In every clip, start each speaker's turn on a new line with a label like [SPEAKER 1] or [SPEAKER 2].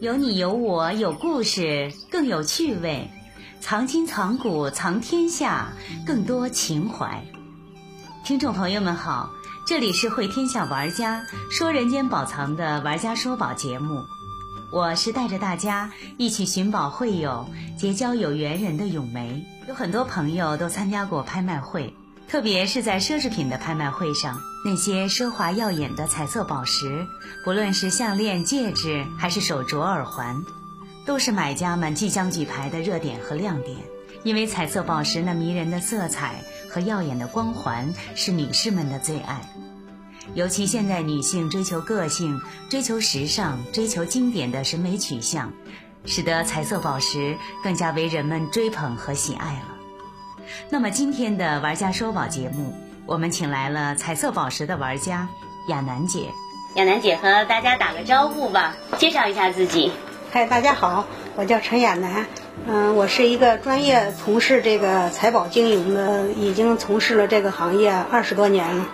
[SPEAKER 1] 有你有我有故事，更有趣味；藏今藏古藏天下，更多情怀。听众朋友们好，这里是会天下玩家说人间宝藏的玩家说宝节目，我是带着大家一起寻宝会友、结交有缘人的咏梅。有很多朋友都参加过拍卖会，特别是在奢侈品的拍卖会上，那些奢华耀眼的彩色宝石，不论是项链、戒指还是手镯、耳环，都是买家们即将举牌的热点和亮点。因为彩色宝石那迷人的色彩和耀眼的光环是女士们的最爱，尤其现代女性追求个性、追求时尚、追求经典的审美取向。使得彩色宝石更加为人们追捧和喜爱了。那么今天的玩家说宝节目，我们请来了彩色宝石的玩家亚楠姐。亚楠姐和大家打个招呼吧，介绍一下自己。
[SPEAKER 2] 嗨，大家好，我叫陈亚楠，嗯、我是一个专业从事这个财宝经营的，已经从事了这个行业二十多年了。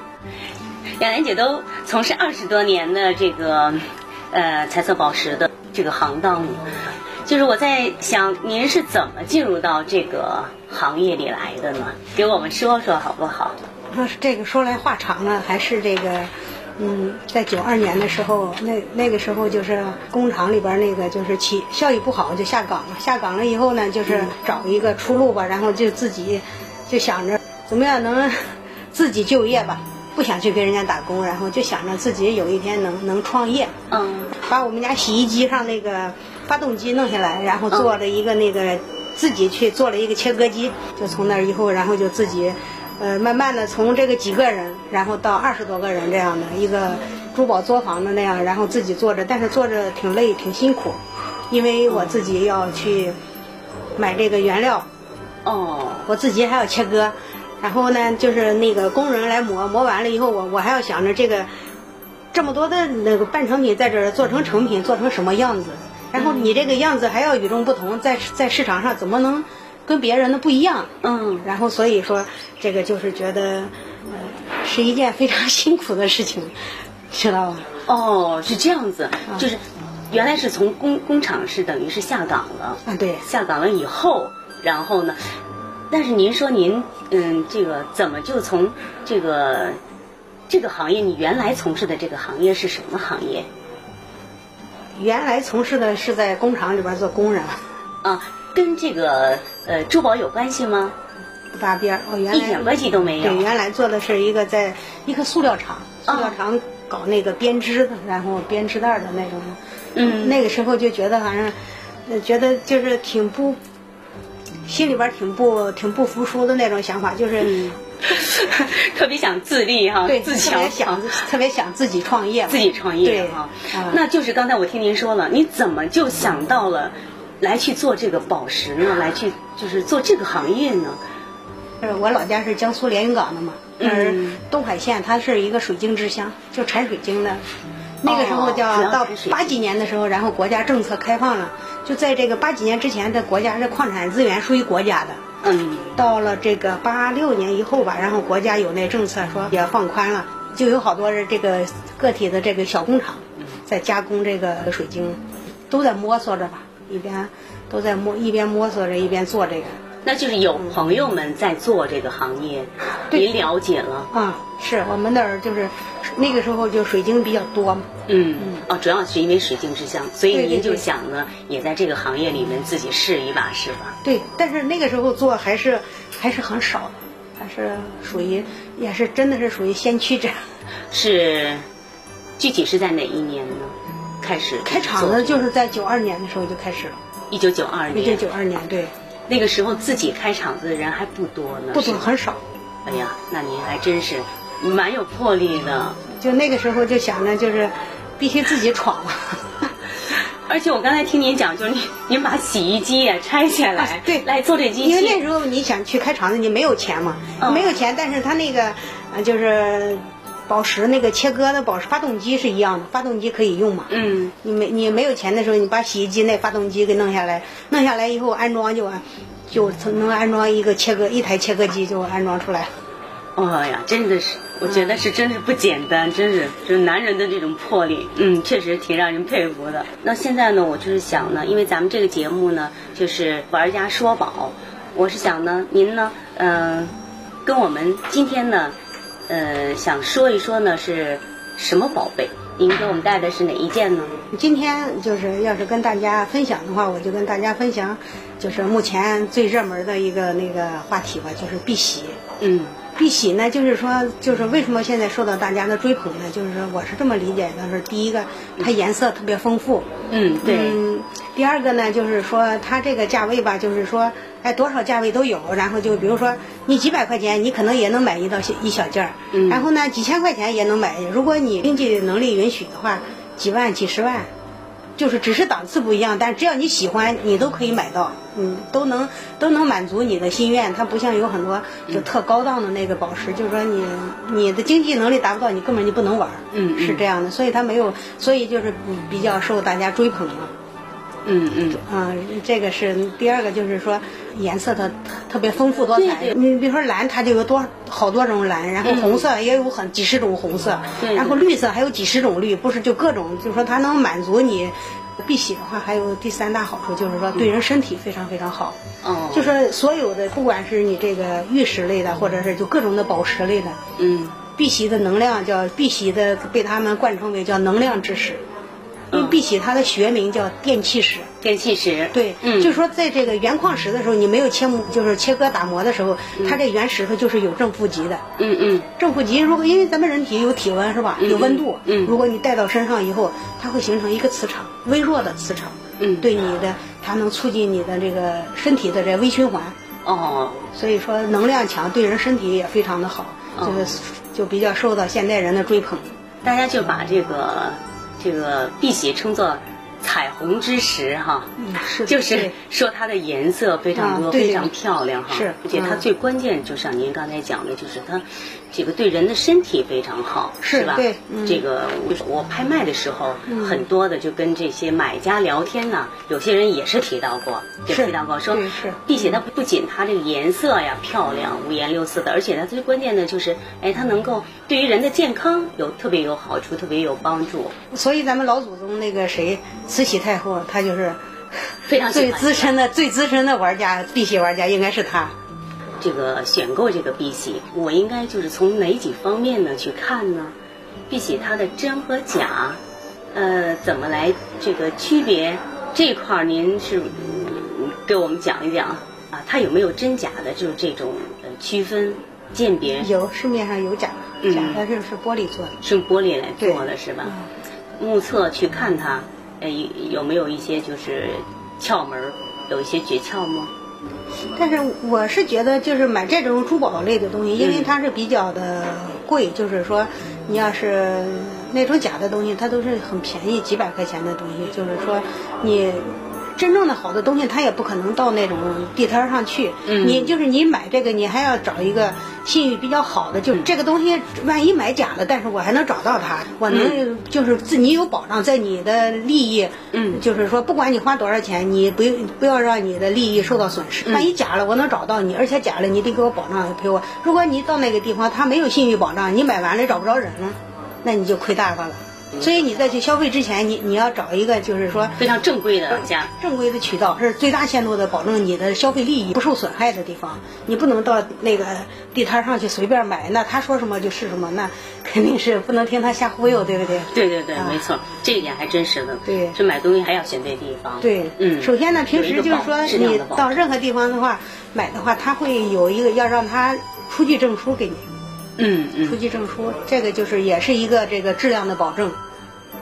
[SPEAKER 1] 亚楠姐都从事二十多年的这个呃彩色宝石的这个行当里，就是我在想您是怎么进入到这个行业里来的呢？给我们说说好不好？
[SPEAKER 2] 说是这个说来话长了，还是这个，嗯，在九二年的时候，那那个时候就是工厂里边那个就是起效益不好就下岗了，下岗了以后呢，就是找一个出路吧，然后就自己就想着怎么样能自己就业吧，不想去跟人家打工，然后就想着自己有一天能能创业，
[SPEAKER 1] 嗯，
[SPEAKER 2] 把我们家洗衣机上那个发动机弄下来，然后做了一个那个、自己去做了一个切割机，就从那儿以后，然后就自己，呃，慢慢的从这个几个人，然后到二十多个人这样的一个珠宝作坊的那样，然后自己做着，但是做着挺累挺辛苦，因为我自己要去买这个原料，
[SPEAKER 1] 哦，
[SPEAKER 2] 我自己还要切割，然后呢，就是那个工人来磨，磨完了以后我，我还要想着这个这么多的那个半成品在这儿做成成品，做成什么样子，然后你这个样子还要与众不同，在在市场上怎么能跟别人的不一样？
[SPEAKER 1] 嗯，
[SPEAKER 2] 然后所以说，这个就是觉得，呃，是一件非常辛苦的事情，知道吧？
[SPEAKER 1] 哦，是这样子，就是原来是从工工厂是等于是下岗了，
[SPEAKER 2] 啊，对，
[SPEAKER 1] 下岗了以后，然后呢？但是您说您，嗯，这个怎么就从这个这个行业？你原来从事的这个行业是什么行业
[SPEAKER 2] 原来从事的是在工厂里边做工人，
[SPEAKER 1] 啊？跟这个呃珠宝有关系吗？
[SPEAKER 2] 不搭边儿。我哦原来
[SPEAKER 1] 一点关系都没
[SPEAKER 2] 对，
[SPEAKER 1] 有。
[SPEAKER 2] 原来做的是一个在一个塑料厂，塑料
[SPEAKER 1] 哦
[SPEAKER 2] 厂搞那个编织的，然后编织袋儿的那种。
[SPEAKER 1] 嗯
[SPEAKER 2] 那个时候就觉得好像，呃觉得就是挺不，心里边儿挺不挺不服输的那种想法，就是。
[SPEAKER 1] 嗯， 特别想自立哈、
[SPEAKER 2] 对，
[SPEAKER 1] 自
[SPEAKER 2] 特
[SPEAKER 1] 强啊
[SPEAKER 2] 别想特别想自己创业嘛，
[SPEAKER 1] 自己创业
[SPEAKER 2] 对
[SPEAKER 1] 哈、
[SPEAKER 2] 啊
[SPEAKER 1] 那就是刚才我听您说了，你怎么就想到了来去做这个宝石呢？来去就是做这个行业呢？
[SPEAKER 2] 是我老家是江苏连云港的嘛，而
[SPEAKER 1] 嗯
[SPEAKER 2] 东海县它是一个水晶之乡，就产水晶的。那个时候叫、
[SPEAKER 1] 主要产
[SPEAKER 2] 到
[SPEAKER 1] 哦水晶
[SPEAKER 2] 八几年的时候，然后国家政策开放了，就在这个八几年之前的国家这矿产资源属于国家的。
[SPEAKER 1] 嗯，
[SPEAKER 2] 到了这个八六年以后吧，然后国家有那政策说也放宽了，就有好多人这个个体的这个小工厂在加工这个水晶，都在摸索着吧，一边都在摸一边摸索着一边做这个。
[SPEAKER 1] 那就是有朋友们在做这个行业，
[SPEAKER 2] 对
[SPEAKER 1] 您了解了，
[SPEAKER 2] 啊，是我们那儿就是那个时候就水晶比较多嘛，
[SPEAKER 1] 嗯，哦，主要是因为水晶之乡，所以
[SPEAKER 2] 对对
[SPEAKER 1] 您就
[SPEAKER 2] 对
[SPEAKER 1] 想呢，也在这个行业里面自己试一把，是吧？
[SPEAKER 2] 对，但是那个时候做还是还是很少的，还是属于也是真的是属于先驱者。
[SPEAKER 1] 是，具体是在哪一年呢？开始
[SPEAKER 2] 开厂的就是在九二年的时候就开始了，
[SPEAKER 1] 一九九二
[SPEAKER 2] 一九
[SPEAKER 1] 年，
[SPEAKER 2] 九二年对，
[SPEAKER 1] 那个时候自己开厂子的人还不多呢，
[SPEAKER 2] 不
[SPEAKER 1] 是
[SPEAKER 2] 多
[SPEAKER 1] 吧
[SPEAKER 2] 很少。
[SPEAKER 1] 哎呀，那您还真是蛮有魄力的。
[SPEAKER 2] 就那个时候就想着就是必须自己闯嘛，
[SPEAKER 1] 而且我刚才听您讲，就是您您把洗衣机也拆下来，
[SPEAKER 2] 啊 对
[SPEAKER 1] 来做这机器，
[SPEAKER 2] 因为那时候你想去开厂子你没有钱嘛，
[SPEAKER 1] 嗯
[SPEAKER 2] 没有钱，但是他那个呃就是宝石那个切割的宝石发动机是一样的，发动机可以用嘛。
[SPEAKER 1] 嗯，
[SPEAKER 2] 你没你没有钱的时候，你把洗衣机那发动机给弄下来，弄下来以后安装就完，就能安装一个切割一台切割机就安装出来了。
[SPEAKER 1] 哎呀，真的是我觉得是真是不简单，真
[SPEAKER 2] 嗯
[SPEAKER 1] 是就是男人的这种魄力，嗯，确实挺让人佩服的。那现在呢，我就是想呢，因为咱们这个节目呢，就是玩家说宝，我是想呢，您呢，嗯、跟我们今天呢，呃，想说一说呢是什么宝贝？您给我们带的是哪一件呢？
[SPEAKER 2] 今天就是要是跟大家分享的话，我就跟大家分享，就是目前最热门的一个那个话题吧，就是碧玺。
[SPEAKER 1] 嗯
[SPEAKER 2] 碧玺呢，就是说，就是为什么现在受到大家的追捧呢？就是说，我是这么理解的，是第一个，它颜色特别丰富，
[SPEAKER 1] 嗯，对，
[SPEAKER 2] 嗯，第二个呢，就是说它这个价位吧，就是说，哎，多少价位都有。然后就比如说，你几百块钱，你可能也能买一到小一小件儿。
[SPEAKER 1] 嗯
[SPEAKER 2] 然后呢，几千块钱也能买。如果你经济能力允许的话，几万、几十万，就是只是档次不一样，但只要你喜欢，你都可以买到。嗯，都能都能满足你的心愿。它不像有很多
[SPEAKER 1] 嗯
[SPEAKER 2] 就特高档的那个宝石，就是说你你的经济能力达不到，你根本就不能玩儿。
[SPEAKER 1] 嗯嗯
[SPEAKER 2] 是这样的，所以它没有，所以就是比比较受大家追捧嘛。
[SPEAKER 1] 嗯嗯。
[SPEAKER 2] 嗯，这个是第二个，就是说颜色它特特别丰富多彩。
[SPEAKER 1] 对对嗯
[SPEAKER 2] 你比如说蓝，它就有多好多种蓝，然后红色也有很几十种红色，
[SPEAKER 1] 对
[SPEAKER 2] 然后绿色还有几十种绿，不是就各种，就是说它能满足你。碧玺的话，还有第三大好处就是说对人身体非常非常好，
[SPEAKER 1] 哦，
[SPEAKER 2] 就，是所有的不管是你这个玉石类的，或者是就各种的宝石类的，
[SPEAKER 1] 嗯，
[SPEAKER 2] 碧玺的能量叫碧玺的，被他们冠称为叫能量之石，因为
[SPEAKER 1] 嗯
[SPEAKER 2] 碧玺它的学名叫电气石。
[SPEAKER 1] 电气石，
[SPEAKER 2] 对，
[SPEAKER 1] 嗯，
[SPEAKER 2] 就是说在这个原矿石的时候，你没有切磨，就是切割打磨的时候，它这原石头就是有正负极的。
[SPEAKER 1] 嗯嗯，
[SPEAKER 2] 正负极如果因为咱们人体有体温是吧，
[SPEAKER 1] 嗯
[SPEAKER 2] 有温度，
[SPEAKER 1] 嗯
[SPEAKER 2] 如果你带到身上以后，它会形成一个磁场，微弱的磁场，
[SPEAKER 1] 嗯
[SPEAKER 2] 对你的，它能促进你的这个身体的这微循环，
[SPEAKER 1] 哦，
[SPEAKER 2] 所以说能量强对人身体也非常的好，
[SPEAKER 1] 哦
[SPEAKER 2] 就是就比较受到现代人的追捧。
[SPEAKER 1] 大家就把这个这个碧玺称作彩虹之石哈，
[SPEAKER 2] 嗯，是
[SPEAKER 1] 就是说它的颜色非常多，
[SPEAKER 2] 啊对
[SPEAKER 1] 非常漂亮哈，
[SPEAKER 2] 是
[SPEAKER 1] 而且它
[SPEAKER 2] 嗯
[SPEAKER 1] 最关键就像您刚才讲的，就是它这个对人的身体非常好，
[SPEAKER 2] 是
[SPEAKER 1] 吧？
[SPEAKER 2] 对嗯
[SPEAKER 1] 这个我我拍卖的时候，
[SPEAKER 2] 嗯
[SPEAKER 1] 很多的就跟这些买家聊天呢，有些人也是提到过，也
[SPEAKER 2] 是
[SPEAKER 1] 提到过说
[SPEAKER 2] 对是，
[SPEAKER 1] 并且它不仅它这个颜色呀漂亮五颜六色的，而且它最关键的就是，哎，它能够对于人的健康有特别有好处，特别有帮助，
[SPEAKER 2] 所以咱们老祖宗那个谁，慈禧太后，她就是
[SPEAKER 1] 非常喜欢
[SPEAKER 2] 最资深的、最资深的玩家，碧玺玩家应该是她。
[SPEAKER 1] 这个选购这个碧玺，我应该就是从哪几方面呢去看呢？碧玺它的真和假，呃，怎么来这个区别这一块儿，您是、嗯给我们讲一讲啊？它有没有真假的，就是这种呃区分鉴别？
[SPEAKER 2] 有市面上有假的，
[SPEAKER 1] 嗯
[SPEAKER 2] 假的就是玻璃做的。
[SPEAKER 1] 是用玻璃来做的
[SPEAKER 2] 对
[SPEAKER 1] 是吧？
[SPEAKER 2] 嗯
[SPEAKER 1] 目测去看它，呃，有有没有一些就是窍门儿，有一些诀窍吗？
[SPEAKER 2] 但是我是觉得，就是买这种珠宝类的东西，因
[SPEAKER 1] 嗯
[SPEAKER 2] 为它是比较的贵，就是说，你要是那种假的东西，它都是很便宜，几百块钱的东西，就是说，你真正的好的东西，它也不可能到那种地摊儿上去。
[SPEAKER 1] 嗯
[SPEAKER 2] 你就是你买这个，你还要找一个信誉比较好的，
[SPEAKER 1] 嗯
[SPEAKER 2] 就是这个东西，万一买假的，但是我还能找到它，我能就是自你有保障，在你的利益，
[SPEAKER 1] 嗯
[SPEAKER 2] 就是说，不管你花多少钱，你不不要让你的利益受到损失。
[SPEAKER 1] 嗯
[SPEAKER 2] 万一假了，我能找到你，而且假了你得给我保障赔我。如果你到那个地方，他没有信誉保障，你买完了找不着人了，那你就亏大发了。所以你在去消费之前，你你要找一个就是说
[SPEAKER 1] 非常正规的价，
[SPEAKER 2] 正规的渠道，是最大限度的保证你的消费利益不受损害的地方。你不能到那个地摊上去随便买，那他说什么就是什么，那肯定是不能听他瞎忽悠，对不对？
[SPEAKER 1] 对对对，
[SPEAKER 2] 啊
[SPEAKER 1] 没错，这一点还真是的。
[SPEAKER 2] 对
[SPEAKER 1] 是买东西还要选对地方。
[SPEAKER 2] 对，
[SPEAKER 1] 嗯，
[SPEAKER 2] 首先呢，平时就是说
[SPEAKER 1] 是
[SPEAKER 2] 你到任何地方的话，买的话，他会有一个要让他出具证书给你，
[SPEAKER 1] 嗯
[SPEAKER 2] 出
[SPEAKER 1] 嗯
[SPEAKER 2] 具证书，这个就是也是一个这个质量的保证。
[SPEAKER 1] 嗯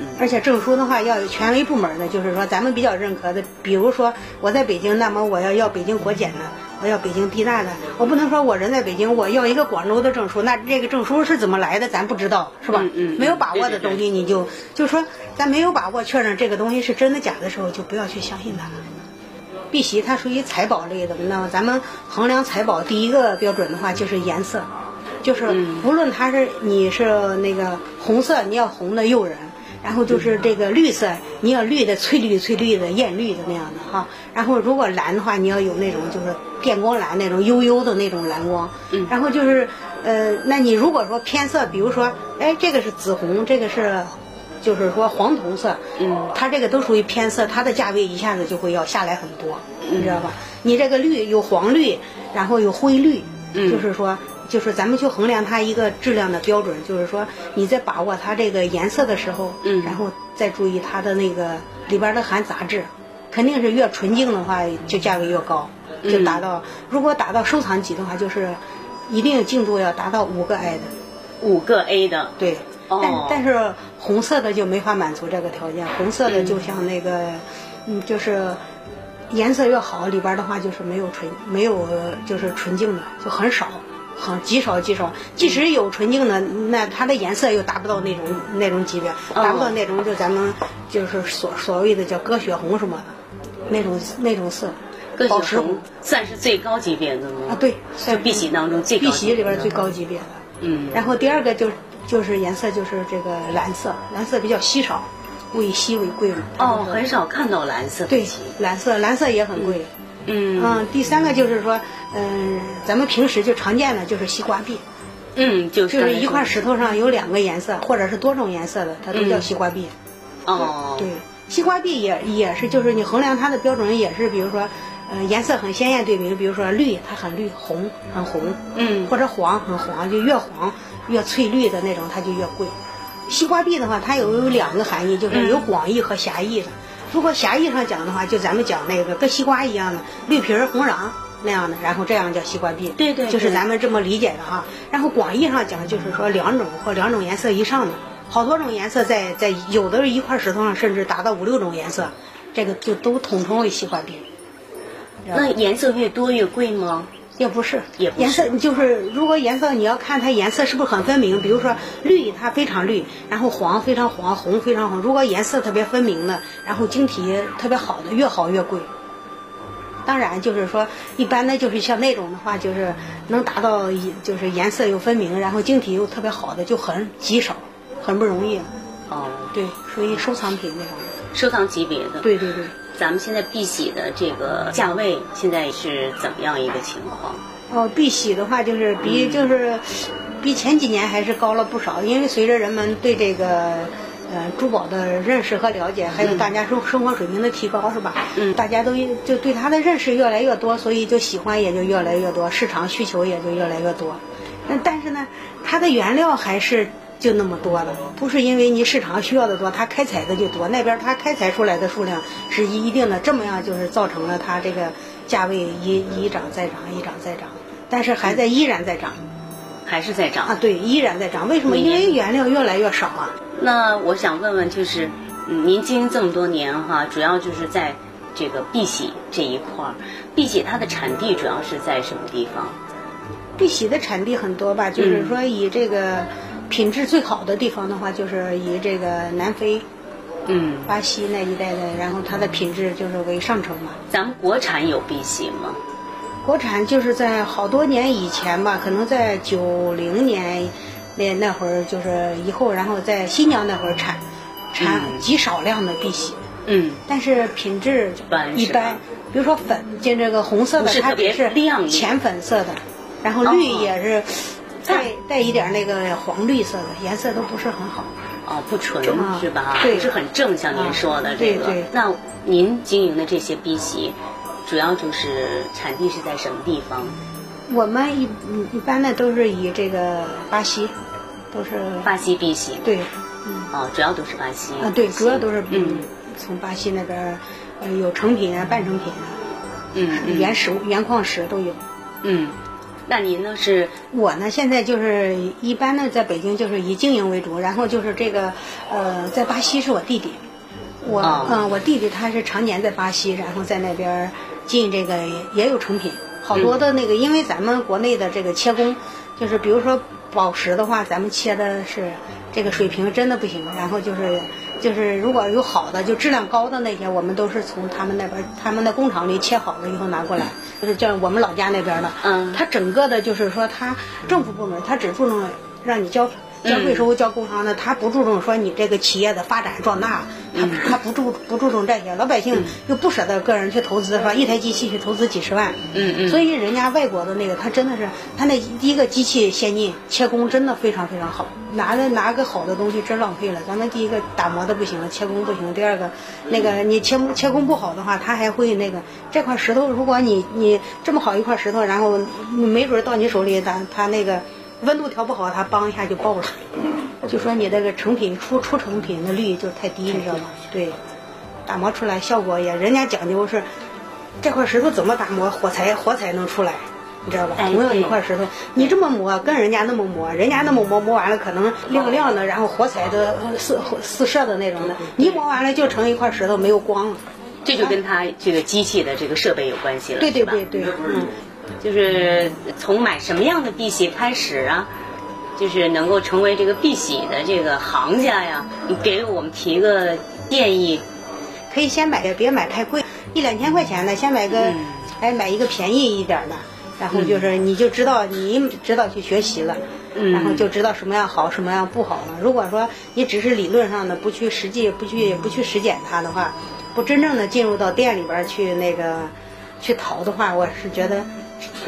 [SPEAKER 1] 嗯，
[SPEAKER 2] 而且证书的话要有权威部门的，就是说咱们比较认可的，比如说我在北京，那么我要要北京国检的，我要北京地大的，我不能说我人在北京，我要一个广州的证书，那这个证书是怎么来的，咱不知道，是吧？
[SPEAKER 1] 嗯嗯嗯
[SPEAKER 2] 没有把握的
[SPEAKER 1] 对对对
[SPEAKER 2] 东西，你就就是说咱没有把握确认这个东西是真的假的时候，就不要去相信它。碧玺它属于财宝类的，那么咱们衡量财宝第一个标准的话就是颜色，就是
[SPEAKER 1] 嗯
[SPEAKER 2] 无论它是你是那个红色，你要红的诱人，然后就是这个绿色，你要绿的翠绿翠绿的艳绿的那样的哈，然后如果蓝的话，你要有那种就是电光蓝那种悠悠的那种蓝光，
[SPEAKER 1] 嗯
[SPEAKER 2] 然后就是。呃，那你如果说偏色，比如说，哎，这个是紫红，这个是，就是说黄铜色，
[SPEAKER 1] 嗯，
[SPEAKER 2] 它这个都属于偏色，它的价位一下子就会要下来很多，你知道吧？你这个绿有黄绿，然后有灰绿，
[SPEAKER 1] 嗯
[SPEAKER 2] 就是说，就是咱们去衡量它一个质量的标准，就是说你在把握它这个颜色的时候，
[SPEAKER 1] 嗯
[SPEAKER 2] 然后再注意它的那个里边儿的含杂质，肯定是越纯净的话，就价位越高，
[SPEAKER 1] 嗯
[SPEAKER 2] 就达到、如果达到收藏级的话，就是一定净度要达到五个 I 的，
[SPEAKER 1] 五个 A 的，
[SPEAKER 2] 对，
[SPEAKER 1] 哦
[SPEAKER 2] 但但是红色的就没法满足这个条件，红色的就像那个，嗯，就是颜色越好，里边的话就是没有纯没有就是纯净的，就很少。很极少极少，即使有纯净的，那它的颜色又达不到那种那种级别，
[SPEAKER 1] 哦
[SPEAKER 2] 达不到那种就咱们就是所所谓的叫鸽血红什么的，那种那种色，
[SPEAKER 1] 各
[SPEAKER 2] 宝
[SPEAKER 1] 种
[SPEAKER 2] 石红
[SPEAKER 1] 算是最高级别的吗？
[SPEAKER 2] 啊，对，
[SPEAKER 1] 就碧玺当中最高
[SPEAKER 2] 碧
[SPEAKER 1] 级
[SPEAKER 2] 玺里
[SPEAKER 1] 别
[SPEAKER 2] 边
[SPEAKER 1] 的
[SPEAKER 2] 最高级别的。
[SPEAKER 1] 嗯，
[SPEAKER 2] 然后第二个就就是颜色就是这个蓝色，蓝色比较稀少，物以稀为贵嘛。
[SPEAKER 1] 哦，很少看到蓝色
[SPEAKER 2] 对
[SPEAKER 1] 的旗，，
[SPEAKER 2] 蓝色蓝色也很贵。
[SPEAKER 1] 嗯
[SPEAKER 2] 嗯，第三个就是说，嗯、咱们平时就常见的就是西瓜币，
[SPEAKER 1] 嗯，就
[SPEAKER 2] 就是一块
[SPEAKER 1] 石
[SPEAKER 2] 石头上有两个颜色或者是多种颜色的，它都叫西瓜币。
[SPEAKER 1] 嗯哦，
[SPEAKER 2] 对，西瓜币也也是，就是你衡量它的标准也是，比如说，呃，颜色很鲜艳对比，比如说绿它很绿，红很红，
[SPEAKER 1] 嗯
[SPEAKER 2] 或者黄很黄，就越黄越翠绿的那种，它就越贵。西瓜币的话，它有有两个含义，
[SPEAKER 1] 嗯
[SPEAKER 2] 就是有广义和狭义的。如果狭义上讲的话，就咱们讲那个跟西瓜一样的绿皮儿红瓤那样的，然后这样叫西瓜币。
[SPEAKER 1] 对对
[SPEAKER 2] 就是
[SPEAKER 1] 对
[SPEAKER 2] 咱们这么理解的啊。然后广义上讲，就是说两种或两种颜色以上的，好多种颜色在在有的一块石头上甚至达到五六种颜色，这个就都统称为西瓜币。
[SPEAKER 1] 那颜色越多越贵吗？
[SPEAKER 2] 也不是，
[SPEAKER 1] 也不是
[SPEAKER 2] 颜色就是，如果颜色你要看它颜色是不是很分明，比如说绿它非常绿，然后黄非常黄，红非常红。如果颜色特别分明的，然后晶体特别好的，越好越贵。当然，就是说一般的，就是像那种的话，就是能达到一就是颜色又分明，然后晶体又特别好的，就很极少，很不容易。
[SPEAKER 1] 哦，
[SPEAKER 2] 对，属于收藏品那种。
[SPEAKER 1] 收藏级别的。，
[SPEAKER 2] 对对对。
[SPEAKER 1] 咱们现在碧玺的这个价位现在是怎么样一个情况？
[SPEAKER 2] 哦，碧玺的话就是比就是比前几年还是高了不少，因为随着人们对这个呃珠宝的认识和了解，还有大家生生活水平的提高，是吧？
[SPEAKER 1] 嗯
[SPEAKER 2] 大家都就对它的认识越来越多，所以就喜欢也就越来越多，市场需求也就越来越多。那但是呢，它的原料还是。就那么多的，不是因为你市场需要的多，它开采的就多。那边它开采出来的数量是一定的，这么样就是造成了它这个价位一一涨再涨，一涨再涨，但是还在依然在涨
[SPEAKER 1] 还是在涨？
[SPEAKER 2] 啊，对，依然在涨。为什么？
[SPEAKER 1] 每
[SPEAKER 2] 因
[SPEAKER 1] 年
[SPEAKER 2] 为原料越来越少啊。
[SPEAKER 1] 那我想问问，就是嗯您经营这么多年哈，主要就是在这个碧玺这一块儿，碧玺它的产地主要是在什么地方？
[SPEAKER 2] 碧玺的产地很多吧，就是说以这个品质最好的地方的话，就是以这个南非、
[SPEAKER 1] 嗯，
[SPEAKER 2] 巴西那一带的，然后它的品质就是为上乘嘛。
[SPEAKER 1] 咱们国产有碧玺吗？
[SPEAKER 2] 国产就是在好多年以前吧，可能在九零年那那会儿，就是以后，然后在新疆那会儿产产
[SPEAKER 1] 嗯
[SPEAKER 2] 极少量的碧玺，
[SPEAKER 1] 嗯，
[SPEAKER 2] 但是品质
[SPEAKER 1] 般
[SPEAKER 2] 一
[SPEAKER 1] 是吧
[SPEAKER 2] 般。比如说粉，就这个红色
[SPEAKER 1] 不
[SPEAKER 2] 的，
[SPEAKER 1] 是
[SPEAKER 2] 它
[SPEAKER 1] 特别
[SPEAKER 2] 只是
[SPEAKER 1] 亮丽
[SPEAKER 2] 浅粉色的，然后绿
[SPEAKER 1] 哦
[SPEAKER 2] 也是带
[SPEAKER 1] 淡
[SPEAKER 2] 带一点那个黄绿色的，颜色都不是很好。
[SPEAKER 1] 哦，不纯
[SPEAKER 2] 啊
[SPEAKER 1] 是吧？
[SPEAKER 2] 对
[SPEAKER 1] 不是很正，像您说的
[SPEAKER 2] 啊
[SPEAKER 1] 这个。
[SPEAKER 2] 对对
[SPEAKER 1] 那您经营的这些碧玺，主要就是产地是在什么地方？
[SPEAKER 2] 我们一嗯一般的都是以这个巴西，都是
[SPEAKER 1] 巴西碧玺。
[SPEAKER 2] 对，嗯。
[SPEAKER 1] 哦，主要都是巴西。
[SPEAKER 2] 啊，对，主要都是
[SPEAKER 1] 嗯
[SPEAKER 2] 嗯，从巴西那边儿，呃，有成品啊、半成品啊、
[SPEAKER 1] 嗯嗯
[SPEAKER 2] 原石、原矿石都有。
[SPEAKER 1] 嗯。那您呢是
[SPEAKER 2] 我呢，现在就是一般呢，在北京就是以经营为主，然后就是这个，呃，在巴西是我弟弟，我
[SPEAKER 1] 哦
[SPEAKER 2] 嗯、我弟弟他是常年在巴西，然后在那边儿进这个也有成品，好多的那个，因为咱们国内的这个切工，就是比如说宝石的话，咱们切的是这个水平真的不行，然后就是就是如果有好的，就质量高的那些，我们都是从他们那边儿他们的工厂里切好了以后拿过来，就是叫我们老家那边儿的，
[SPEAKER 1] 嗯
[SPEAKER 2] 他整个的就是说，他政府部门他只注重让你交交税收、交工商的，他不注重说你这个企业的发展壮大，他他不注不注重这些，老百姓又不舍得个人去投资，是吧？一台机器去投资几十万，
[SPEAKER 1] 嗯嗯
[SPEAKER 2] 所以人家外国的那个，他真的是他那第一个机器先进，切工真的非常非常好，拿着拿个好的东西真浪费了。咱们第一个打磨的不行了，切工不行；第二个，那个你切切工不好的话，他还会那个这块石头，如果你你这么好一块石头，然后没准到你手里，咱他那个。温度调不好，它梆一下就爆了。就说你这个成品出出成品的率就太低，你知道吧？对，打磨出来效果也，人家讲究是这块石头怎么打磨，火才火才能出来，你知道吧？
[SPEAKER 1] 哎
[SPEAKER 2] 同样一
[SPEAKER 1] 对
[SPEAKER 2] 块石头，你这么磨跟人家那么磨，人家那么磨磨完了可能亮亮的，然后火彩的呃四四射的那种的，你磨完了就成一块石头没有光了。
[SPEAKER 1] 这就跟它这个机器的这个设备有关系了，
[SPEAKER 2] 对对
[SPEAKER 1] 是吧
[SPEAKER 2] 对，对，嗯。
[SPEAKER 1] 就是从买什么样的碧玺开始啊，就是能够成为这个碧玺的这个行家呀，你给我们提个建议，
[SPEAKER 2] 可以先买个，别买太贵，一两千块钱的，先买个
[SPEAKER 1] 嗯，
[SPEAKER 2] 哎，买一个便宜一点儿的，然后就是你就知道你知道去学习了，
[SPEAKER 1] 嗯
[SPEAKER 2] 然后就知道什么样好，什么样不好了。如果说你只是理论上的，不去实际，不去不去实践它的话，不真正的进入到店里边儿去那个去淘的话，我是觉得。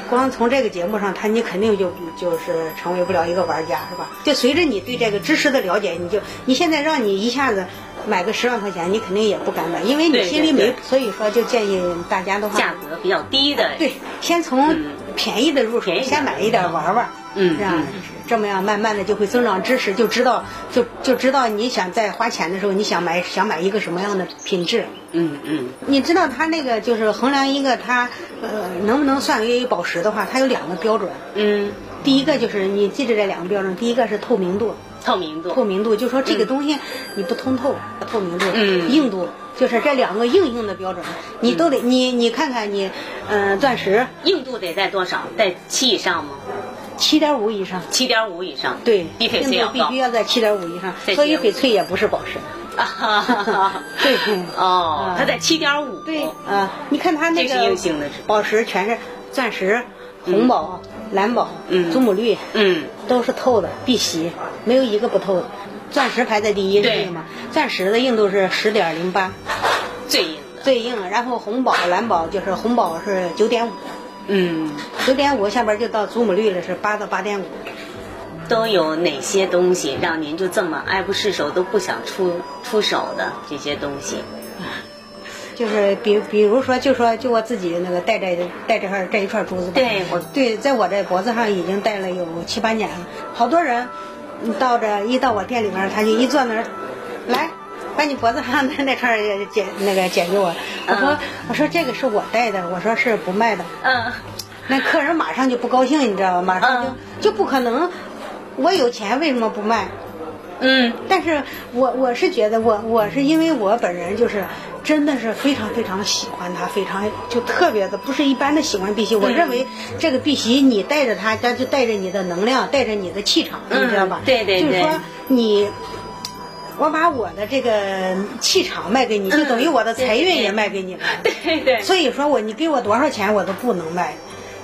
[SPEAKER 2] 光从这个节目上，他你肯定就就是成为不了一个玩家，是吧？就随着你对这个知识的了解，你就你现在让你一下子买个十万块钱，你肯定也不敢买，因为你
[SPEAKER 1] 对
[SPEAKER 2] 心里
[SPEAKER 1] 对
[SPEAKER 2] 没
[SPEAKER 1] 对，
[SPEAKER 2] 所以说就建议大家的话，
[SPEAKER 1] 价格比较低的，
[SPEAKER 2] 对，先从
[SPEAKER 1] 嗯
[SPEAKER 2] 便宜的入手
[SPEAKER 1] 便宜，的
[SPEAKER 2] 先买一点玩玩，
[SPEAKER 1] 嗯
[SPEAKER 2] 是吧？啊这么样慢慢的就会增长知识，就知道就就知道你想在花钱的时候，你想买想买一个什么样的品质。
[SPEAKER 1] 嗯嗯，
[SPEAKER 2] 你知道它那个就是衡量一个它呃能不能算为宝石的话，它有两个标准。
[SPEAKER 1] 嗯，
[SPEAKER 2] 第一个就是你记着这两个标准，第一个是透明度，
[SPEAKER 1] 透明度，
[SPEAKER 2] 透明度就说这个东西你不通透，透明度，
[SPEAKER 1] 嗯嗯
[SPEAKER 2] 硬度就是这两个硬性的标准，你都得你你看看你，呃，钻石
[SPEAKER 1] 硬度得在多少？在七以上吗？
[SPEAKER 2] 七点五以上，
[SPEAKER 1] 七点五以上，
[SPEAKER 2] 对，
[SPEAKER 1] 比翡
[SPEAKER 2] 硬
[SPEAKER 1] 翠
[SPEAKER 2] 度
[SPEAKER 1] 要
[SPEAKER 2] 必
[SPEAKER 1] 高
[SPEAKER 2] 须要在七点五以上
[SPEAKER 1] 在，
[SPEAKER 2] 所以
[SPEAKER 1] 7.5
[SPEAKER 2] 翡翠也不是宝石，
[SPEAKER 1] 啊 哈哈哈
[SPEAKER 2] 对
[SPEAKER 1] 哦
[SPEAKER 2] 啊，
[SPEAKER 1] 它在七点五，
[SPEAKER 2] 对，啊，你看它那
[SPEAKER 1] 哦这是硬
[SPEAKER 2] 个
[SPEAKER 1] 性的指标
[SPEAKER 2] 宝石全是钻石、红宝、蓝宝、
[SPEAKER 1] 嗯
[SPEAKER 2] 祖母绿，
[SPEAKER 1] 嗯，
[SPEAKER 2] 都是透的，碧玺没有一个不透的。钻石排在第一，
[SPEAKER 1] 对
[SPEAKER 2] 为什么？钻石的硬度是十点零八，
[SPEAKER 1] 最硬的，
[SPEAKER 2] 最硬。然后红宝、蓝宝就是红宝是九点五，
[SPEAKER 1] 嗯，
[SPEAKER 2] 九点五下边就到祖母绿了，是八到八点五。
[SPEAKER 1] 都有哪些东西让您就这么爱不释手，都不想出出手的这些东西？
[SPEAKER 2] 就是比比如说，就说就我自己那个戴这戴这块这一串珠子吧，
[SPEAKER 1] 对我
[SPEAKER 2] 对，在我这脖子上已经戴了有七八年了。好多人，你到这一到我店里面，他就一坐那儿，来。把你脖子上的那串儿剪那个剪给我，我说、
[SPEAKER 1] 嗯
[SPEAKER 2] 我说这个是我戴的，我说是不卖的，
[SPEAKER 1] 嗯，
[SPEAKER 2] 那客人马上就不高兴，你知道吧？马上就、
[SPEAKER 1] 嗯
[SPEAKER 2] 就不可能，我有钱为什么不卖？
[SPEAKER 1] 嗯，
[SPEAKER 2] 但是我我是觉得我我是因为我本人就是真的是非常非常喜欢它，非常就特别的不是一般的喜欢
[SPEAKER 1] 嗯
[SPEAKER 2] 碧玺。我认为这个碧玺你带着它，它就带着你的能量，带着你的气场，
[SPEAKER 1] 嗯
[SPEAKER 2] 你知道吧？
[SPEAKER 1] 对对
[SPEAKER 2] 就是
[SPEAKER 1] 对
[SPEAKER 2] 说你。我把我的这个气场卖给你，就等于我的财运也卖给你了。
[SPEAKER 1] 对嗯对，
[SPEAKER 2] 所以说我你给我多少钱我都不能卖。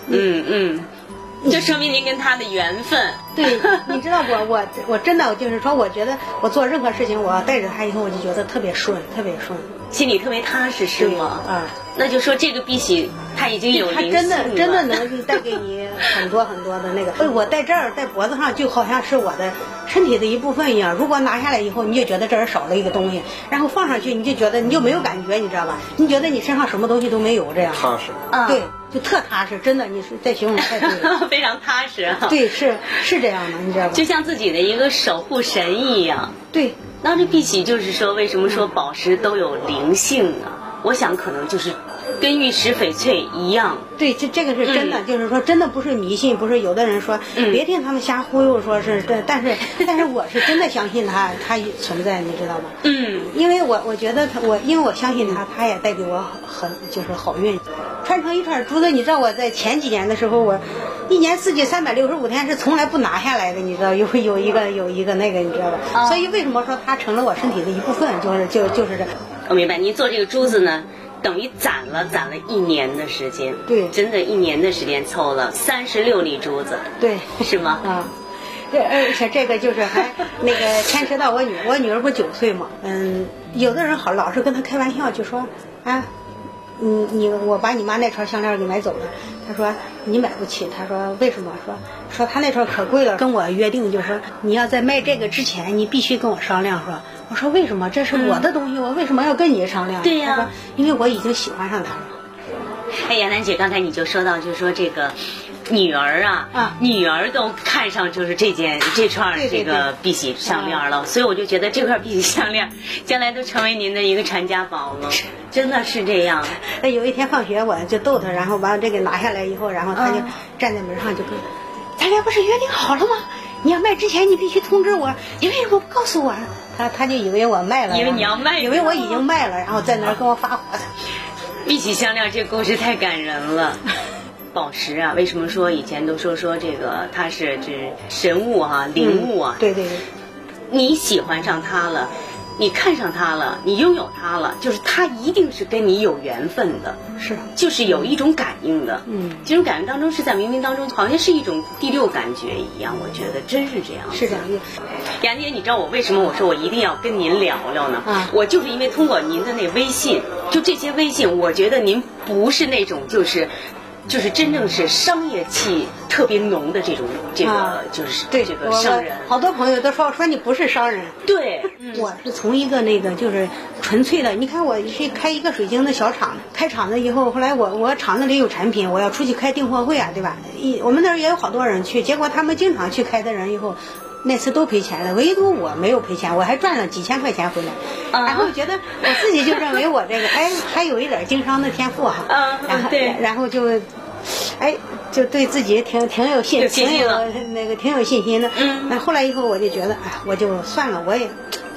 [SPEAKER 1] 嗯嗯，就说明您跟他的缘分。
[SPEAKER 2] 对， 你知道我我我真的就是说，我觉得我做任何事情，我要带着它以后，我就觉得特别顺，特别顺。
[SPEAKER 1] 心里特别踏实，是吗？
[SPEAKER 2] 对啊，
[SPEAKER 1] 那就说这个碧玺它已经有
[SPEAKER 2] 它
[SPEAKER 1] 灵
[SPEAKER 2] 真的
[SPEAKER 1] 性了
[SPEAKER 2] 真的能带给你很多很多的那个。哎我戴这儿戴脖子上，就好像是我的身体的一部分一样。如果拿下来以后，你就觉得这儿少了一个东西，然后放上去，你就觉得你就没有感觉，你知道吧？你觉得你身上什么东西都没有，这样。
[SPEAKER 3] 踏实。
[SPEAKER 1] 啊，
[SPEAKER 2] 对，就特踏实，真的，你是在形容得太对 了。
[SPEAKER 1] 非常踏实啊，，
[SPEAKER 2] 对，是是这样的，你知道吧？
[SPEAKER 1] 就像自己的一个守护神一样。
[SPEAKER 2] 对，
[SPEAKER 1] 那这碧玺就是说，为什么说宝石都有灵性呢？我想可能就是跟玉石、翡翠一样，
[SPEAKER 2] 对，这这个是真的，
[SPEAKER 1] 嗯
[SPEAKER 2] 就是说真的不是迷信，不是有的人说，
[SPEAKER 1] 嗯
[SPEAKER 2] 别听他们瞎忽悠，说是这，但是但是我是真的相信它，它存在，你知道吗？
[SPEAKER 1] 嗯，
[SPEAKER 2] 因为我我觉得它，我因为我相信它，它也带给我很就是好运。穿成一串珠子，你知道我在前几年的时候，我一年四季三百六十五天是从来不拿下来的，你知道 有有一个有一个那个，你知道吧？
[SPEAKER 1] 啊
[SPEAKER 2] 所以为什么说它成了我身体的一部分，就是就就是这。
[SPEAKER 1] 我明白。您做这个珠子呢，等于攒了攒了一年的时间，
[SPEAKER 2] 对
[SPEAKER 1] 真的一年的时间凑了三十六粒珠子，
[SPEAKER 2] 对，
[SPEAKER 1] 是吗？
[SPEAKER 2] 啊，这而且这个就是 还那个牵扯到我女，我女儿不九岁嘛，嗯，有的人好老是跟她开玩笑，就说啊，你你我把你妈那串项链给买走了，她说你买不起，她说为什么？说说她那串可贵了，跟我约定就说你要在卖这个之前，你必须跟我商量说。我说为什么？这是我的东西，我为什么要跟你商量？
[SPEAKER 1] 对呀
[SPEAKER 2] 她说因为我已经喜欢上他了。
[SPEAKER 1] 哎，杨楠姐，刚才你就说到，就是说这个女儿啊，
[SPEAKER 2] 啊
[SPEAKER 1] 女儿都看上就是这件这串儿
[SPEAKER 2] 对
[SPEAKER 1] 这
[SPEAKER 2] 对
[SPEAKER 1] 个
[SPEAKER 2] 对啊
[SPEAKER 1] 碧玺项链了，所以我就觉得这块碧玺项链将来都成为您的一个传家宝了，真的是这样。
[SPEAKER 2] 那有一天放学，我就逗他，然后把我这个拿下来以后，然后他就
[SPEAKER 1] 嗯
[SPEAKER 2] 站在门上就跟我，咱俩不是约定好了吗？你要卖之前，你必须通知我，你为什么不告诉我？啊他他就以为我卖了，
[SPEAKER 1] 以为
[SPEAKER 2] 然后
[SPEAKER 1] 你要卖
[SPEAKER 2] 以为我已经卖了，然后在那儿跟我发火。
[SPEAKER 1] 碧玺项链这故事太感人 了。宝石啊，为什么说以前都说说这个它是指神物啊、灵物啊？
[SPEAKER 2] 嗯对对对，
[SPEAKER 1] 你喜欢上它了，你看上它了，你拥有它了，就是它一定是跟你有缘分的。
[SPEAKER 2] 是，
[SPEAKER 1] 就是有一种感应的，
[SPEAKER 2] 嗯
[SPEAKER 1] 这种感应当中是在冥冥当中，好像是一种第六感觉一样，我觉得真是这样。
[SPEAKER 2] 是这样。
[SPEAKER 1] 杨姐，你知道我为什么我说我一定要跟您聊聊呢？
[SPEAKER 2] 啊
[SPEAKER 1] 我就是因为通过您的那微信，就这些微信，我觉得您不是那种就是。就是真正是商业气特别浓的这种这个、
[SPEAKER 2] 啊
[SPEAKER 1] 就是
[SPEAKER 2] 对
[SPEAKER 1] 这个
[SPEAKER 2] 我
[SPEAKER 1] 商人，
[SPEAKER 2] 我好嗯多朋友都说说你不是商人。
[SPEAKER 1] 对，
[SPEAKER 2] 我是从一个那个就是纯粹的，你看我去开一个水晶的小厂，开厂子以后，后来我我厂子里有产品，我要出去开订货会啊，对吧？一我们那儿也有好多人去，结果他们经常去开的人以后，那次都赔钱了，唯独我没有赔钱，我还赚了几千块钱回来。
[SPEAKER 1] 啊
[SPEAKER 2] 然后觉得我自己就认为我这个哎还有一点经商的天赋哈、
[SPEAKER 1] 啊
[SPEAKER 2] 然后
[SPEAKER 1] 对
[SPEAKER 2] 然后就。哎，就对自己挺挺有信，
[SPEAKER 1] 有信
[SPEAKER 2] 挺
[SPEAKER 1] 心
[SPEAKER 2] 有
[SPEAKER 1] 了
[SPEAKER 2] 那个挺有信心的。
[SPEAKER 1] 嗯
[SPEAKER 2] 那后来以后我就觉得，哎，我就算了，我也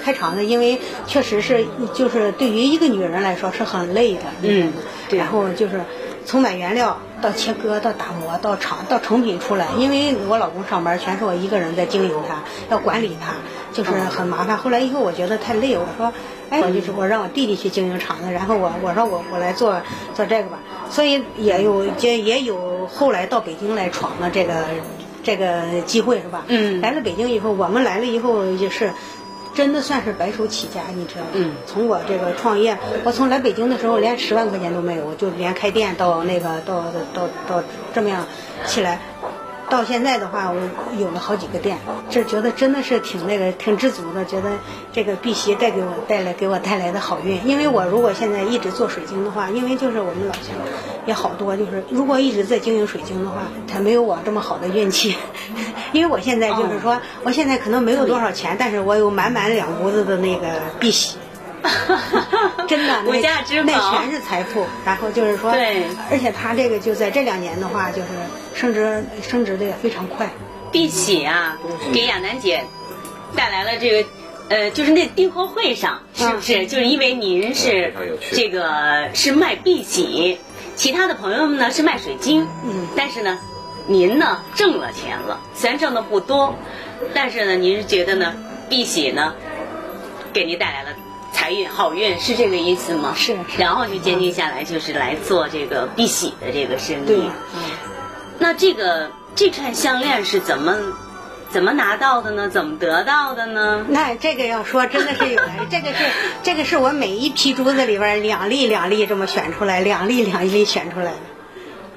[SPEAKER 2] 开厂子，因为确实是就是对于一个女人来说是很累的。
[SPEAKER 1] 嗯对
[SPEAKER 2] 然 后就是从买原料到切割到打磨到厂到成品出来，因为我老公上班，全是我一个人在经营它，要管理它，就是
[SPEAKER 1] 嗯
[SPEAKER 2] 很麻烦。后来以后我觉得太累，我说，哎，我就是我让我弟弟去经营厂子，然后我我说我我来做做这个吧，所以也有也也有后来到北京来闯了这个。这个机会是吧？
[SPEAKER 1] 嗯
[SPEAKER 2] 来了北京以后，我们来了以后也是，真的算是白手起家，你知道吗？
[SPEAKER 1] 嗯
[SPEAKER 2] 从我这个创业，我从来北京的时候连十万块钱都没有，我就连开店到那个到到到到这么样起来，到现在的话，我有了好几个店，这觉得真的是挺那个挺知足的，觉得这个碧玺带给我带来给我带来的好运，因为我如果现在一直做水晶的话，因为就是我们老乡也好多，就是如果一直在经营水晶的话，他没有我这么好的运气， 因为我现在就是
[SPEAKER 1] 哦
[SPEAKER 2] 说，我现在可能没有多少钱，但是我有满满两屋子的那个碧玺。真的，
[SPEAKER 1] 无
[SPEAKER 2] 那
[SPEAKER 1] 价之宝，
[SPEAKER 2] 那全是财富。然后就是说，
[SPEAKER 1] 对
[SPEAKER 2] 而且他这个就在这两年的话，就是升值升值的也非常快。
[SPEAKER 1] 碧玺啊，给亚楠姐带来了这个。呃，就是那订货会上，是
[SPEAKER 2] 嗯
[SPEAKER 1] 不是？就是因为您是
[SPEAKER 3] 嗯非常有趣
[SPEAKER 1] 这个是卖碧玺，其他的朋友们呢是卖水晶，
[SPEAKER 2] 嗯
[SPEAKER 1] 但是呢，您呢挣了钱了，虽然挣的不多，但是呢，您是觉得呢，碧玺呢给您带来了财运、好运，是这个意思吗？
[SPEAKER 2] 是是
[SPEAKER 1] 然后就坚定下来，就是来做这个碧玺的这个生意。
[SPEAKER 2] 对，
[SPEAKER 1] 嗯那这个这串项链是怎么怎么拿到的呢？怎么得到的呢？
[SPEAKER 2] 那这个要说真的是有来，这个是这个是我每一批珠子里边儿两粒两粒这么选出来，两粒两粒选出来的。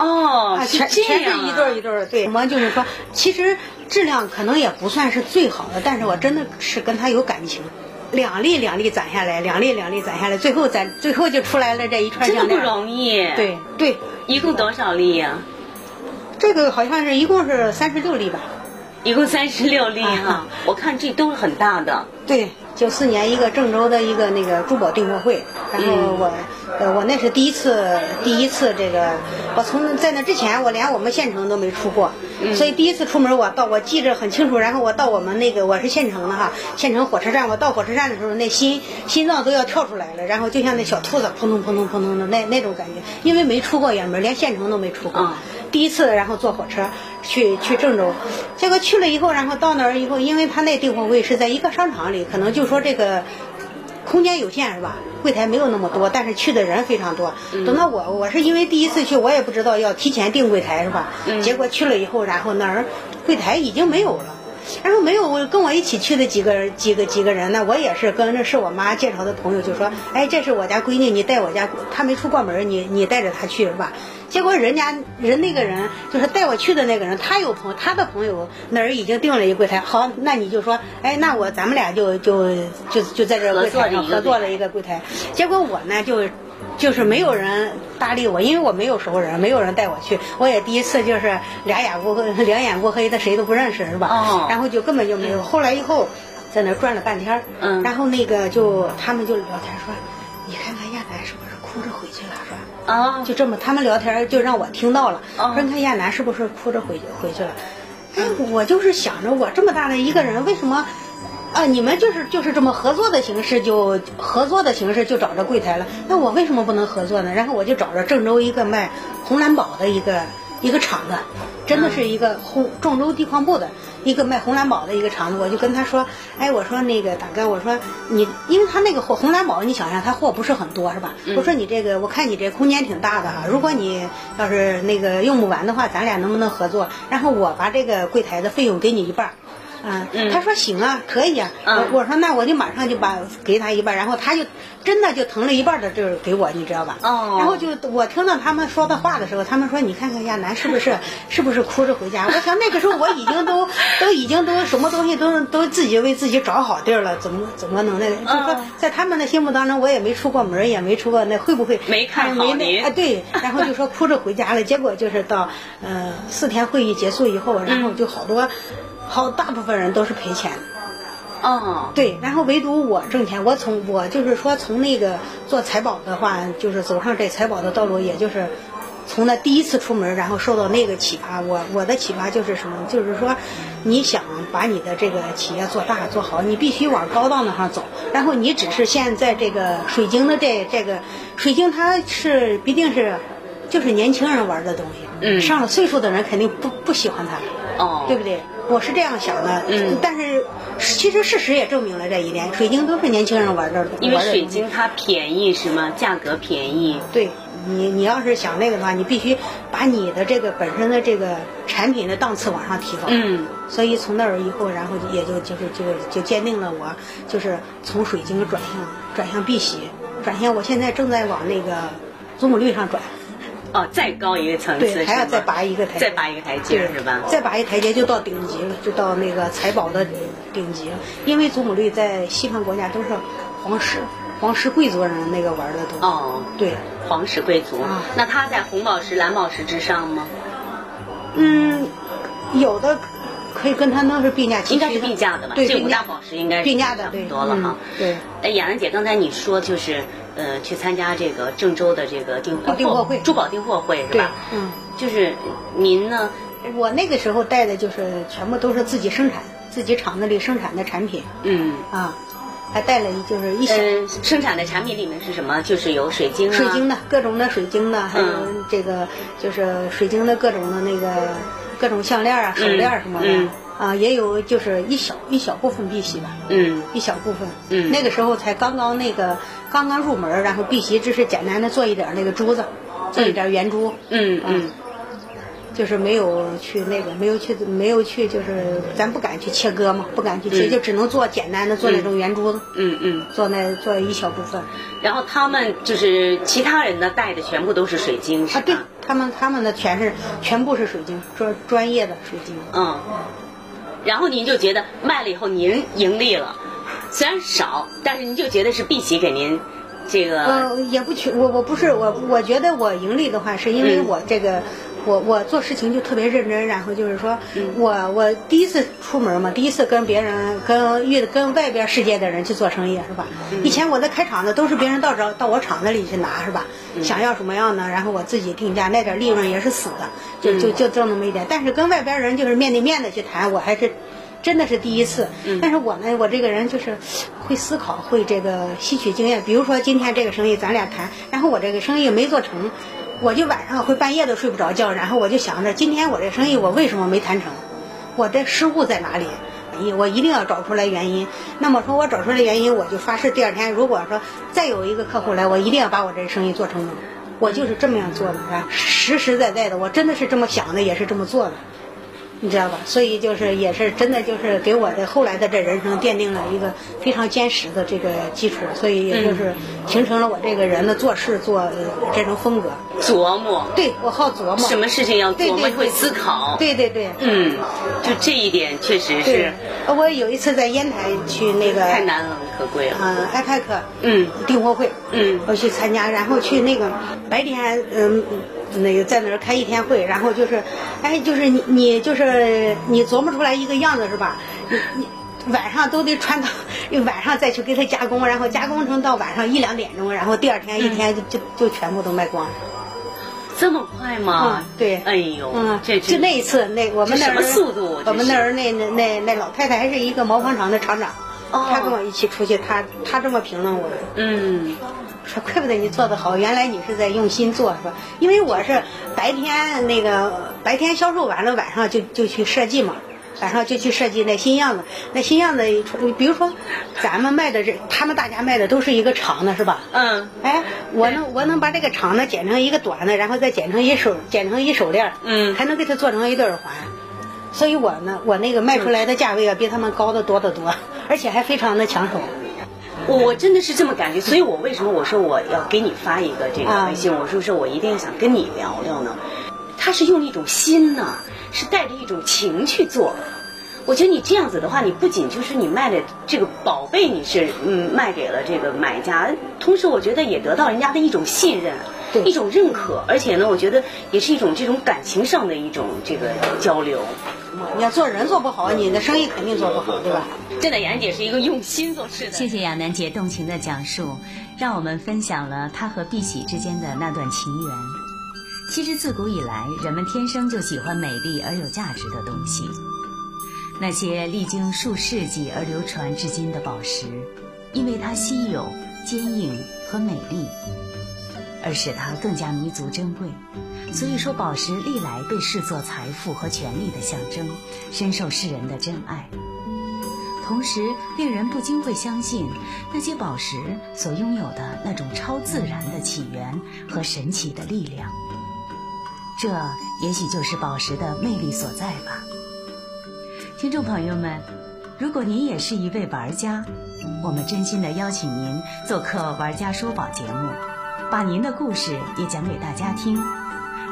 [SPEAKER 1] 哦，
[SPEAKER 2] 啊，
[SPEAKER 1] 是
[SPEAKER 2] 全
[SPEAKER 1] 这
[SPEAKER 2] 全
[SPEAKER 1] 样、
[SPEAKER 2] 是一对儿一对儿的，对。我们就是说，其实质量可能也不算是最好的，但是我真的是跟他有感情。两粒两粒攒下来，两粒两粒攒下来，最后攒最后就出来了这一串
[SPEAKER 1] 真的
[SPEAKER 2] 项
[SPEAKER 1] 不
[SPEAKER 2] 链。
[SPEAKER 1] 容易。，
[SPEAKER 2] 对对，
[SPEAKER 1] 一共多少粒呀、
[SPEAKER 2] 这个好像是一共是三十六粒吧？
[SPEAKER 1] 一共三十六粒哈、
[SPEAKER 2] 啊
[SPEAKER 1] 我看这都是很大的。
[SPEAKER 2] 对，九四年一个郑州的一个那个珠宝订货会，然后
[SPEAKER 1] 嗯
[SPEAKER 2] 我、呃我那是第一次第一次这个，我从在那之前我连我们县城都没出过，所以第一次出门我到我记着很清楚，然后我到我们那个我是县城的哈，县城火车站，我到火车站的时候那心心脏都要跳出来了，然后就像那小兔子扑通扑通扑通的那那种感觉，因为没出过远门，连县城都没出过。
[SPEAKER 1] 啊
[SPEAKER 2] 第一次，然后坐火车去去郑州，结果去了以后，然后到那儿以后，因为他那订货会是在一个商场里，可能就说这个空间有限是吧？柜台没有那么多，但是去的人非常多。等到我，我是因为第一次去，我也不知道要提前订柜台是吧？结果去了以后，然后那儿柜台已经没有了。然后没有我跟我一起去的几个人几个几个人呢，我也是跟着是我妈介绍的朋友，就说，哎，这是我家闺女，你带我家，她没出过门，你你带着她去吧。结果人家人那个人就是带我去的那个人，他有朋他的朋友那儿已经订了一柜台，好，那你就说，哎，那我咱们俩就就就就在这个柜台上合作了一个柜台。结果我呢就就是没有人搭理我，因为我没有熟人，没有人带我去，我也第一次就是俩眼过黑两眼过黑的，谁都不认识是吧？
[SPEAKER 1] 哦
[SPEAKER 2] 然后就根本就没有。后来以后在那儿转了半天儿，
[SPEAKER 1] 嗯
[SPEAKER 2] 然后那个就他们就聊天说，你看看亚楠是不是哭着回去了，是吧？
[SPEAKER 1] 啊，
[SPEAKER 2] 就这么，他们聊天儿就让我听到了，
[SPEAKER 1] 哦
[SPEAKER 2] 说你看亚楠是不是哭着回去回去了？哎，我就是想着我这么大的一个人，为什么？啊，你们就是就是这么合作的形式就合作的形式就找着柜台了，那我为什么不能合作呢？然后我就找着郑州一个卖红蓝宝的一个一个厂子，真的是一个红郑州地矿部的一个卖红蓝宝的一个厂子，我就跟他说，哎，我说那个大哥，我说你，因为他那个货红蓝宝，你想想他货不是很多是吧？
[SPEAKER 1] 嗯
[SPEAKER 2] 我说你这个，我看你这空间挺大的哈，如果你要是那个用不完的话，咱俩能不能合作？然后我把这个柜台的费用给你一半儿。啊，
[SPEAKER 1] 嗯
[SPEAKER 2] 他说行啊，可以啊。
[SPEAKER 1] 嗯
[SPEAKER 2] 我我说那我就马上就把给他一半儿，然后他就真的就腾了一半儿的就是给我，你知道吧？
[SPEAKER 1] 哦
[SPEAKER 2] 然后就我听到他们说的话的时候，他们说你看看亚楠是不是 是不是哭着回家？我想那个时候我已经都 都已经都什么东西都都自己为自己找好地儿了，怎么怎么能那个？就说
[SPEAKER 1] 嗯
[SPEAKER 2] 在他们的心目当中，我也没出过门儿，也没出过那会不会
[SPEAKER 1] 没看好
[SPEAKER 2] 没
[SPEAKER 1] 你
[SPEAKER 2] 那啊？对，然后就说哭着回家了，结 果就是到呃四天会议结束以后，然后就好多好大部分人都是赔钱的。
[SPEAKER 1] 哦，
[SPEAKER 2] 对，然后唯独我挣钱，我从我就是说从那个做财宝的话，就是走上这财宝的道路，也就是从那第一次出门，然后受到那个启发。我我的启发就是什么？就是说，你想把你的这个企业做大做好，你必须往高档的上走。然后你只是现在这个水晶的这这个水晶，它是必定是就是年轻人玩的东西，
[SPEAKER 1] 嗯
[SPEAKER 2] 上了岁数的人肯定不不喜欢它。
[SPEAKER 1] 哦，
[SPEAKER 2] 对不对？我是这样想的，
[SPEAKER 1] 嗯
[SPEAKER 2] 但是其实事实也证明了这一点，水晶都是年轻人玩的，
[SPEAKER 1] 因为
[SPEAKER 2] 玩的
[SPEAKER 1] 水
[SPEAKER 2] 东西
[SPEAKER 1] 晶它便宜是吗？价格便宜，
[SPEAKER 2] 对你，你要是想那个的话，你必须把你的这个本身的这个产品的档次往上提高。
[SPEAKER 1] 嗯，
[SPEAKER 2] 所以从那儿以后，然后也就就是就就坚定了我就是从水晶转向转向碧玺，转向我现在正在往那个祖母绿上转，
[SPEAKER 1] 哦，再高一个层次
[SPEAKER 2] 对，
[SPEAKER 1] 是
[SPEAKER 2] 还要
[SPEAKER 1] 吗
[SPEAKER 2] 再拔一个台阶，
[SPEAKER 1] 再拔一个台阶
[SPEAKER 2] 对
[SPEAKER 1] 是吧？
[SPEAKER 2] 再拔一台阶就到顶级了，就到那个财宝的顶级了。因为祖母绿在西方国家都是皇室、皇室贵族人那个玩的东西。
[SPEAKER 1] 哦，
[SPEAKER 2] 对，
[SPEAKER 1] 皇室贵族
[SPEAKER 2] 啊，
[SPEAKER 1] 那它在红宝石、蓝宝石之上吗？
[SPEAKER 2] 嗯，有的可以跟他们是并驾齐
[SPEAKER 1] 应
[SPEAKER 2] 驱的，
[SPEAKER 1] 该是并驾的吧？
[SPEAKER 2] 对，
[SPEAKER 1] 这
[SPEAKER 2] 并
[SPEAKER 1] 五大
[SPEAKER 2] 驾
[SPEAKER 1] 宝石应该是
[SPEAKER 2] 并驾的，
[SPEAKER 1] 差
[SPEAKER 2] 对，
[SPEAKER 1] 不多了哈
[SPEAKER 2] 嗯。对，
[SPEAKER 1] 哎，雅兰姐，刚才你说就是呃，去参加这个郑州的这个订呃
[SPEAKER 2] 啊订货会
[SPEAKER 1] 珠宝订货会是
[SPEAKER 2] 对
[SPEAKER 1] 吧？，
[SPEAKER 2] 嗯，
[SPEAKER 1] 就是您呢？
[SPEAKER 2] 我那个时候带的就是全部都是自己生产，自己厂子里生产的产品
[SPEAKER 1] 嗯。
[SPEAKER 2] 啊，还带了一就是一小
[SPEAKER 1] 呃，生产的产品里面是什么？就是有水晶啊，
[SPEAKER 2] 水晶的各种的水晶的，还有
[SPEAKER 1] 嗯
[SPEAKER 2] 这个就是水晶的各种的那个各种项链啊、手链啊什么的、
[SPEAKER 1] 嗯
[SPEAKER 2] 啊，也有就是一小一小部分碧玺吧，
[SPEAKER 1] 嗯
[SPEAKER 2] 一小部分。
[SPEAKER 1] 嗯
[SPEAKER 2] 那个时候才刚刚那个刚刚入门，然后碧玺只是简单的做一点那个珠子，做一点圆珠，啊
[SPEAKER 1] 嗯嗯
[SPEAKER 2] 就是没有去那个没有去没有去就是咱不敢去切割嘛，不敢去切，
[SPEAKER 1] 嗯
[SPEAKER 2] 就只能做简单的做那种圆珠子，
[SPEAKER 1] 嗯嗯。
[SPEAKER 2] 做那做一小部分。
[SPEAKER 1] 然后他们就是其他人呢带的全部都是水晶，是
[SPEAKER 2] 啊，对
[SPEAKER 1] 吧？
[SPEAKER 2] 他们他们的全是全部是水晶，专专业的水晶。
[SPEAKER 1] 嗯。然后您就觉得卖了以后您盈利了，虽然少，但是您就觉得是碧玺给您这个
[SPEAKER 2] 呃，也不全，我我不是我，我觉得我盈利的话，是因为
[SPEAKER 1] 嗯
[SPEAKER 2] 我这个，我我做事情就特别认真，然后就是说、我我第一次出门嘛，第一次跟别人跟遇跟外边世界的人去做生意是吧？以前我在开厂子都是别人到这到我厂子里去拿是吧？想要什么样呢？然后我自己定价，那点利润也是死的，就就就挣那么一点。但是跟外边人就是面对面的去谈，我还是。真的是第一次。但是我呢，我这个人就是会思考，会这个吸取经验。比如说今天这个生意咱俩谈，然后我这个生意没做成，我就晚上会半夜都睡不着觉，然后我就想着今天我这生意我为什么没谈成，我的失误在哪里？哎我一定要找出来原因。那么说，我找出来原因，我就发誓第二天，如果说再有一个客户来，我一定要把我这生意做成功。我就是这么样做的，啊，实实在在的，我真的是这么想的，也是这么做的。你知道吧？所以就是也是真的就是给我的后来的这人生奠定了一个非常坚实的这个基础，所以也就是形成了我这个人的做事做呃这种风格。
[SPEAKER 1] 琢磨
[SPEAKER 2] 对我好琢磨，
[SPEAKER 1] 什么事情要
[SPEAKER 2] 嗯对
[SPEAKER 1] 琢磨
[SPEAKER 2] 对，
[SPEAKER 1] 会思考。
[SPEAKER 2] 对对对。
[SPEAKER 1] 嗯，就这一点确实
[SPEAKER 2] 对
[SPEAKER 1] 是，
[SPEAKER 2] 呃我有一次在烟台去那个，
[SPEAKER 1] 太难能可贵了。
[SPEAKER 2] 嗯、i p a c
[SPEAKER 1] 嗯
[SPEAKER 2] 订货会，
[SPEAKER 1] 嗯
[SPEAKER 2] 我去参加，然后去那个白天，嗯，那个在那儿开一天会，然后就是，哎，就是你你就是你琢磨出来一个样子是吧？你你。晚上都得穿到， 晚上再去给它加工，然后加工成到晚上一两点钟，然后第二天一天就、就就全部都卖光了。
[SPEAKER 1] 这么快吗？
[SPEAKER 2] 嗯对
[SPEAKER 1] 哎呦，
[SPEAKER 2] 嗯，
[SPEAKER 1] 这
[SPEAKER 2] 就那一次，那我们
[SPEAKER 1] 这
[SPEAKER 2] 那
[SPEAKER 1] 什
[SPEAKER 2] 儿
[SPEAKER 1] 么速度啊这
[SPEAKER 2] 我们那
[SPEAKER 1] 是
[SPEAKER 2] 儿那那那那老太太还是一个毛纺厂的厂长，
[SPEAKER 1] 哦
[SPEAKER 2] 她跟我一起出去，她她这么评论我，
[SPEAKER 1] 嗯，
[SPEAKER 2] 说怪不得你做得好，原来你是在用心做，是吧？因为我是白天那个白天销售完了，晚上就就去设计嘛。晚上就去设计那新样子，那新样子一出，比如说咱们卖的这，他们大家卖的都是一个长的，是吧？
[SPEAKER 1] 嗯
[SPEAKER 2] 哎，我能我能把这个长的剪成一个短的，然后再剪成一手剪成一手链儿，
[SPEAKER 1] 嗯
[SPEAKER 2] 还能给它做成一对耳环。所以我呢，我那个卖出来的价位啊，比他们高的多得多，而且还非常的抢手。
[SPEAKER 1] 我我真的是这么感觉，所以我为什么我说我要给你发一个这个
[SPEAKER 2] 啊
[SPEAKER 1] 微信，我说是我一定想跟你聊聊呢。他是用一种心呐、是带着一种情去做的。我觉得你这样子的话，你不仅就是你卖的这个宝贝，你是嗯卖给了这个买家，同时我觉得也得到人家的一种信任，
[SPEAKER 2] 对
[SPEAKER 1] 一种认可，而且呢，我觉得也是一种这种感情上的一种这个交流。
[SPEAKER 2] 你要做人做不好，你的生意肯定做不好，对吧？
[SPEAKER 1] 真的，杨姐是一个用心做事的人。
[SPEAKER 4] 谢谢亚楠姐动情的讲述，让我们分享了她和碧玺之间的那段情缘。其实自古以来，人们天生就喜欢美丽而有价值的东西。那些历经数世纪而流传至今的宝石，因为它稀有、坚硬和美丽，而使它更加弥足珍贵。所以说，宝石历来被视作财富和权力的象征，深受世人的珍爱。同时令人不禁会相信，那些宝石所拥有的那种超自然的起源和神奇的力量。这也许就是宝石的魅力所在吧。听众朋友们，如果您也是一位玩家，我们真心的邀请您做客《玩家说宝》节目，把您的故事也讲给大家听，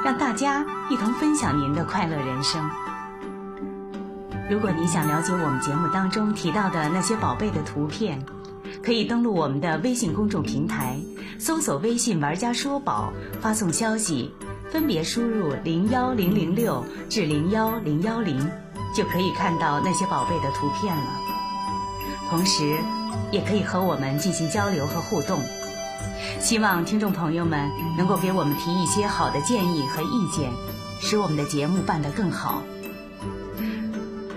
[SPEAKER 4] 让大家一同分享您的快乐人生。如果你想了解我们节目当中提到的那些宝贝的图片，可以登录我们的微信公众平台，搜索微信“玩家说宝”，发送消息，分别输入零幺零零六至零幺零幺零，就可以看到那些宝贝的图片了。同时，也可以和我们进行交流和互动。希望听众朋友们能够给我们提一些好的建议和意见，使我们的节目办得更好。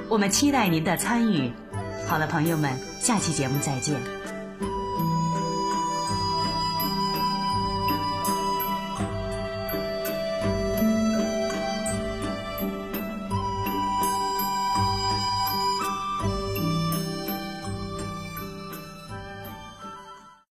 [SPEAKER 4] 我们期待您的参与。好了，朋友们，下期节目再见。